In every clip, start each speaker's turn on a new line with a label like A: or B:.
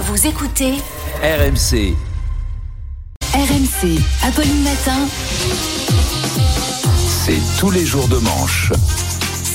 A: Vous écoutez
B: RMC.
A: RMC, Apolline Matin.
B: C'est tous les jours de manche.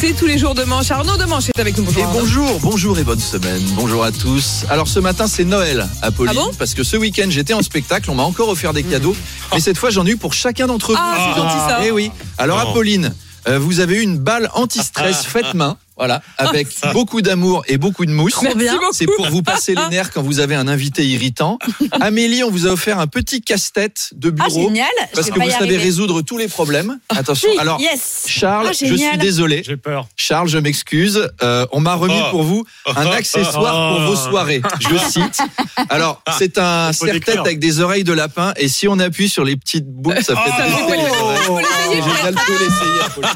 C: C'est tous les jours de manche. Arnaud de manche est avec nous. Bonjour.
D: Et
C: Arnaud.
D: bonjour, bonjour et bonne semaine. Bonjour à tous. Alors ce matin c'est Noël à Pauline
C: Ah bon
D: parce que ce week-end j'étais en spectacle, on m'a encore offert des cadeaux, mais cette fois j'en ai eu pour chacun d'entre vous.
C: Hmm. Ah, c'est gentil, ça.
D: Eh oui. Alors Apolline, euh, vous avez eu une balle anti-stress faite main. Voilà, avec beaucoup d'amour et beaucoup de mousse.
C: Ah, Merci bien. beaucoup.
D: C'est pour vous passer les nerfs quand vous avez un invité irritant. Amélie, on vous a offert un petit casse-tête de
E: Ah,
D: bureau.
E: génial!
D: parce
E: je vais
D: que
E: pas
D: vous
E: y
D: savez
E: arriver.
D: résoudre tous les problèmes. Attention.
E: Oui,
D: Alors,
E: yes.
D: Charles,
C: Oh,
E: Ah,
D: je
E: génial.
D: suis désolé.
F: J'ai peur.
D: Charles, je m'excuse. euh, on m'a remis
F: Oh.
D: pour vous un
F: Oh.
D: accessoire pour
F: Oh.
D: vos soirées. Je cite. Alors, c'est un
F: faut
D: serre-tête
F: décrire.
D: avec des oreilles de lapin. Et si on appuie sur les petites boucles, ça fait.
F: Oh.
D: des oreilles de lapin.
C: Faut l'essayer,
D: C'est génial, faut l'essayer, faut le-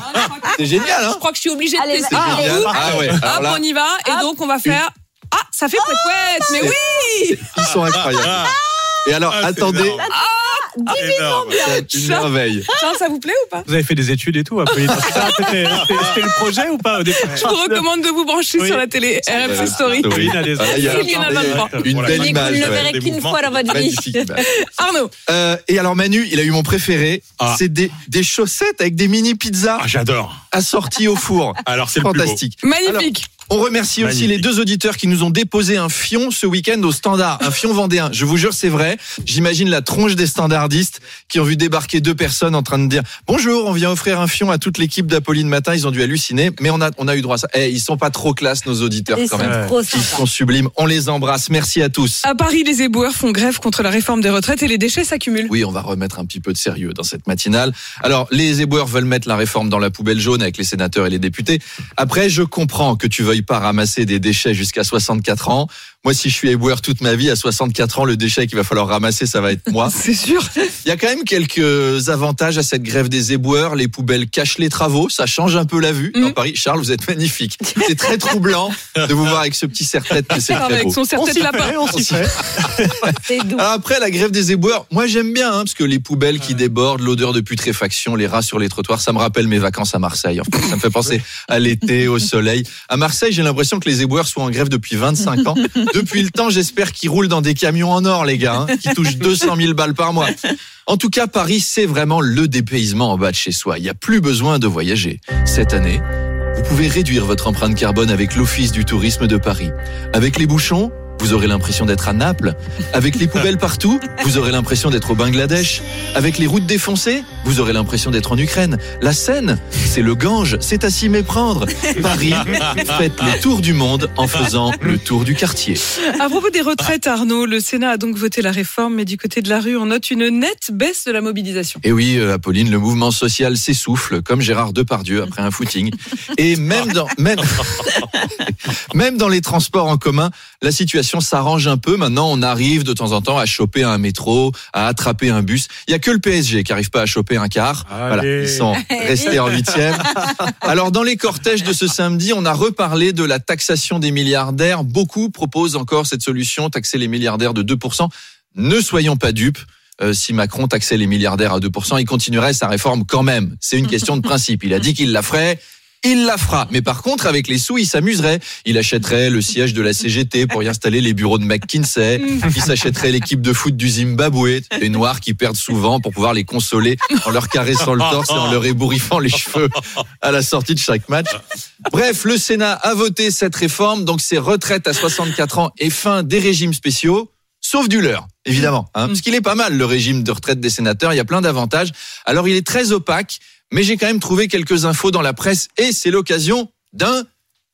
D: C'est génial, hein
C: Je Ah, crois que je suis obligée de
E: Allez,
C: tester.
E: vas-y.
D: C'est génial. Ah ouais. Alors
C: Hop,
D: là,
C: on y va. Et
E: Hop.
C: donc, on va faire. Ah, ça fait pouette-pouette. Mais oui,
D: ils sont incroyables.
F: Ah,
D: Et alors,
F: ah, c'est
D: attendez,
F: énorme. Ah, énorme.
D: c'est une merveille.
C: Charles, ça vous plaît ou pas
G: Vous avez fait des études et tout, Apolline. Ça, C'était c'était- c'était le projet ou pas au départ
C: Je vous recommande de vous brancher
G: Oui.
C: sur la télé RMC Story.
D: Oui.
G: Apolline a des-
D: Ah, il y a-
C: Apolline a
D: il y a
C: 23.
D: Une
F: Voilà,
D: belle
E: Mais vous
D: image.
E: ne le
D: ouais.
E: verrez
F: des
E: qu'une
F: mouvements.
E: fois dans votre vie.
D: Magnifique image.
C: Arnaud,
D: Euh, et alors Manu, il a eu mon préféré,
F: Ah.
D: c'est des, des chaussettes avec des mini pizzas
F: Ah, j'adore.
D: assorties au four.
F: Alors, c'est le plus beau.
D: Fantastique.
C: magnifique.
D: On remercie aussi
F: Magnifique.
D: les deux auditeurs qui nous ont déposé un fion ce week-end au standard, un fion vendéen. Je vous jure, c'est vrai. J'imagine la tronche des standardistes qui ont vu débarquer deux personnes en train de dire bonjour, on vient offrir un fion à toute l'équipe d'Apolline Matin. Ils ont dû halluciner, mais on a, on a eu droit à ça. Eh, ils sont pas trop classe, nos auditeurs,
E: Ils
D: quand
E: sont
D: même.
E: trop
D: Ils
E: sympas.
D: sont sublimes. On les embrasse. Merci à tous.
C: À Paris, les éboueurs font grève contre la réforme des retraites et les déchets s'accumulent.
D: Oui, on va remettre un petit peu de sérieux dans cette matinale. Alors, les éboueurs veulent mettre la réforme dans la poubelle jaune avec les sénateurs et les députés. Après, je comprends que tu veuilles pas ramasser des déchets jusqu'à 64 ans. Moi, si je suis éboueur toute ma vie, à 64 ans, le déchet qu'il va falloir ramasser, ça va être moi.
C: C'est sûr.
D: Il y a quand même quelques avantages à cette grève des éboueurs. Les poubelles cachent les travaux, ça change un peu la vue. Dans
C: Mhm.
D: Paris, Charles, vous êtes magnifique. C'est très troublant de vous voir avec ce petit serre-tête, mais c'est
C: Charles
D: très
C: avec
D: beau.
C: son
G: On
C: serre-tête
G: s'y
C: lapin.
G: fait, on s'y fait.
E: C'est doux.
D: Alors après la grève des éboueurs, moi j'aime bien hein, parce que les poubelles qui débordent, l'odeur de putréfaction, les rats sur les trottoirs, ça me rappelle mes vacances à Marseille. En fait. Ça me fait penser à l'été, au soleil. À Marseille, j'ai l'impression que les éboueurs sont en grève depuis 25 ans. Depuis le temps, j'espère qu'ils roulent dans des camions en or, les gars, hein, qui touchent 200 000 balles par mois. En tout cas, Paris, c'est vraiment le dépaysement en bas de chez soi. Il n'y a plus besoin de voyager. Cette année, vous pouvez réduire votre empreinte carbone avec l'Office du tourisme de Paris. Avec les bouchons, vous aurez l'impression d'être à Naples. Avec les poubelles partout, vous aurez l'impression d'être au Bangladesh. Avec les routes défoncées, vous aurez l'impression d'être en Ukraine. La Seine, c'est le Gange, c'est à s'y méprendre. Paris, faites le tour du monde en faisant le tour du quartier.
C: À propos des retraites, Arnaud, le Sénat a donc voté la réforme, mais du côté de la rue, on note une nette baisse de la mobilisation.
D: Et oui, euh, Apolline, le mouvement social s'essouffle, comme Gérard Depardieu après un footing. Et même dans, même, même dans les transports en commun, la situation s'arrange un peu. Maintenant, on arrive de temps en temps à choper un métro, à attraper un bus. Il y a que le PSG qui arrive pas à choper un car. Voilà,
G: Allez.
D: ils sont restés en huitième. Alors, dans les cortèges de ce samedi, on a reparlé de la taxation des milliardaires. Beaucoup proposent encore cette solution, taxer les milliardaires de 2%. Ne soyons pas dupes. Euh, si Macron taxait les milliardaires à 2%, il continuerait sa réforme quand même. C'est une question de principe. Il a dit qu'il la ferait. Il la fera. Mais par contre, avec les sous, il s'amuserait. Il achèterait le siège de la CGT pour y installer les bureaux de McKinsey. Il s'achèterait l'équipe de foot du Zimbabwe. Les Noirs qui perdent souvent pour pouvoir les consoler en leur caressant le torse et en leur ébouriffant les cheveux à la sortie de chaque match. Bref, le Sénat a voté cette réforme. Donc, c'est retraite à 64 ans et fin des régimes spéciaux sauf du leur, évidemment. hein, parce qu'il est pas mal, le régime de retraite des sénateurs, il y a plein d'avantages. Alors il est très opaque, mais j'ai quand même trouvé quelques infos dans la presse, et c'est l'occasion d'un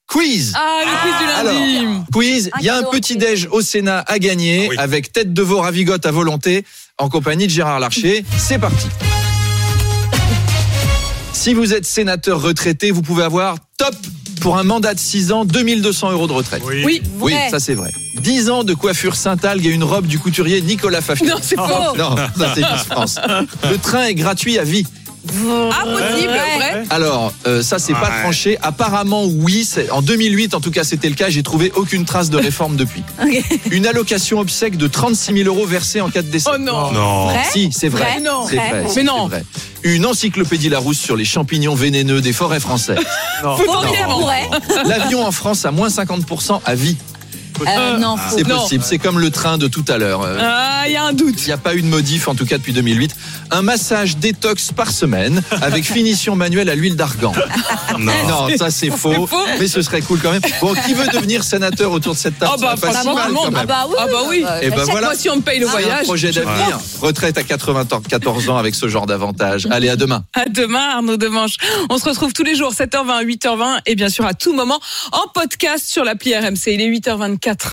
D: quiz.
C: Ah, le quiz du lundi.
D: Alors, quiz, il y a un
E: cadeau en
D: petit
E: quiz.
D: déj au Sénat à gagner,
F: Ah oui.
D: avec tête de veau ravigote à volonté, en compagnie de Gérard Larcher. C'est parti. Si vous êtes sénateur retraité, vous pouvez avoir top pour un mandat de 6 ans, 2200 euros de retraite.
G: Oui.
C: Oui.
D: Oui,
F: vrai.
D: ça c'est vrai. 10 ans de coiffure Saint-Algue et une robe du couturier Nicolas Fafki.
C: Non, c'est faux.
D: Non, ça c'est Miss France. Le train est gratuit à vie.
C: Impossible, Ah, vrai.
D: Alors, euh, ça c'est pas
G: Ouais.
D: tranché. Apparemment, oui. c'est- En 2008, en tout cas, c'était le cas. J'ai trouvé aucune trace de réforme depuis. Une allocation obsèque de 36 000 euros versée en cas de décès.
C: Oh non.
G: Non.
F: Vrai
D: Si, c'est vrai.
F: Vrai Non.
D: C'est
F: Vrai
D: vrai.
F: Mais
D: c'est
C: non.
D: vrai. Une encyclopédie Larousse sur les champignons vénéneux des forêts françaises.
G: Non.
F: Faux
C: Ah,
F: pour vrai
D: L'avion en France à moins 50% à vie.
F: Euh, Non, faux.
D: C'est
C: Non.
D: possible. C'est comme le train de tout à l'heure. Euh,
C: Ah, il y a un doute.
D: Il n'y a pas eu de modif, en tout cas depuis 2008. Un massage détox par semaine avec finition manuelle à l'huile d'argan. Non, ça c'est faux,
C: faux.
D: mais ce serait cool quand même. Bon, qui veut devenir sénateur autour de cette table
C: Ah bah,
D: C'est pas si
C: franchement,
D: mal,
C: tout le monde.
D: quand même.
F: Ah bah oui.
C: Ah bah oui.
F: euh,
D: Eh ben
F: chaque
D: voilà.
C: Moi, si on me paye le
D: C'est un
C: voyage,
D: projet d'avenir. Retraite à 94 ans avec ce genre d'avantages. Allez, à demain.
C: à demain, Arnaud Demanche. On se retrouve tous les jours, 7h20, 8h20, et bien sûr à tout moment en podcast sur l'appli RMC. Il est 8h24.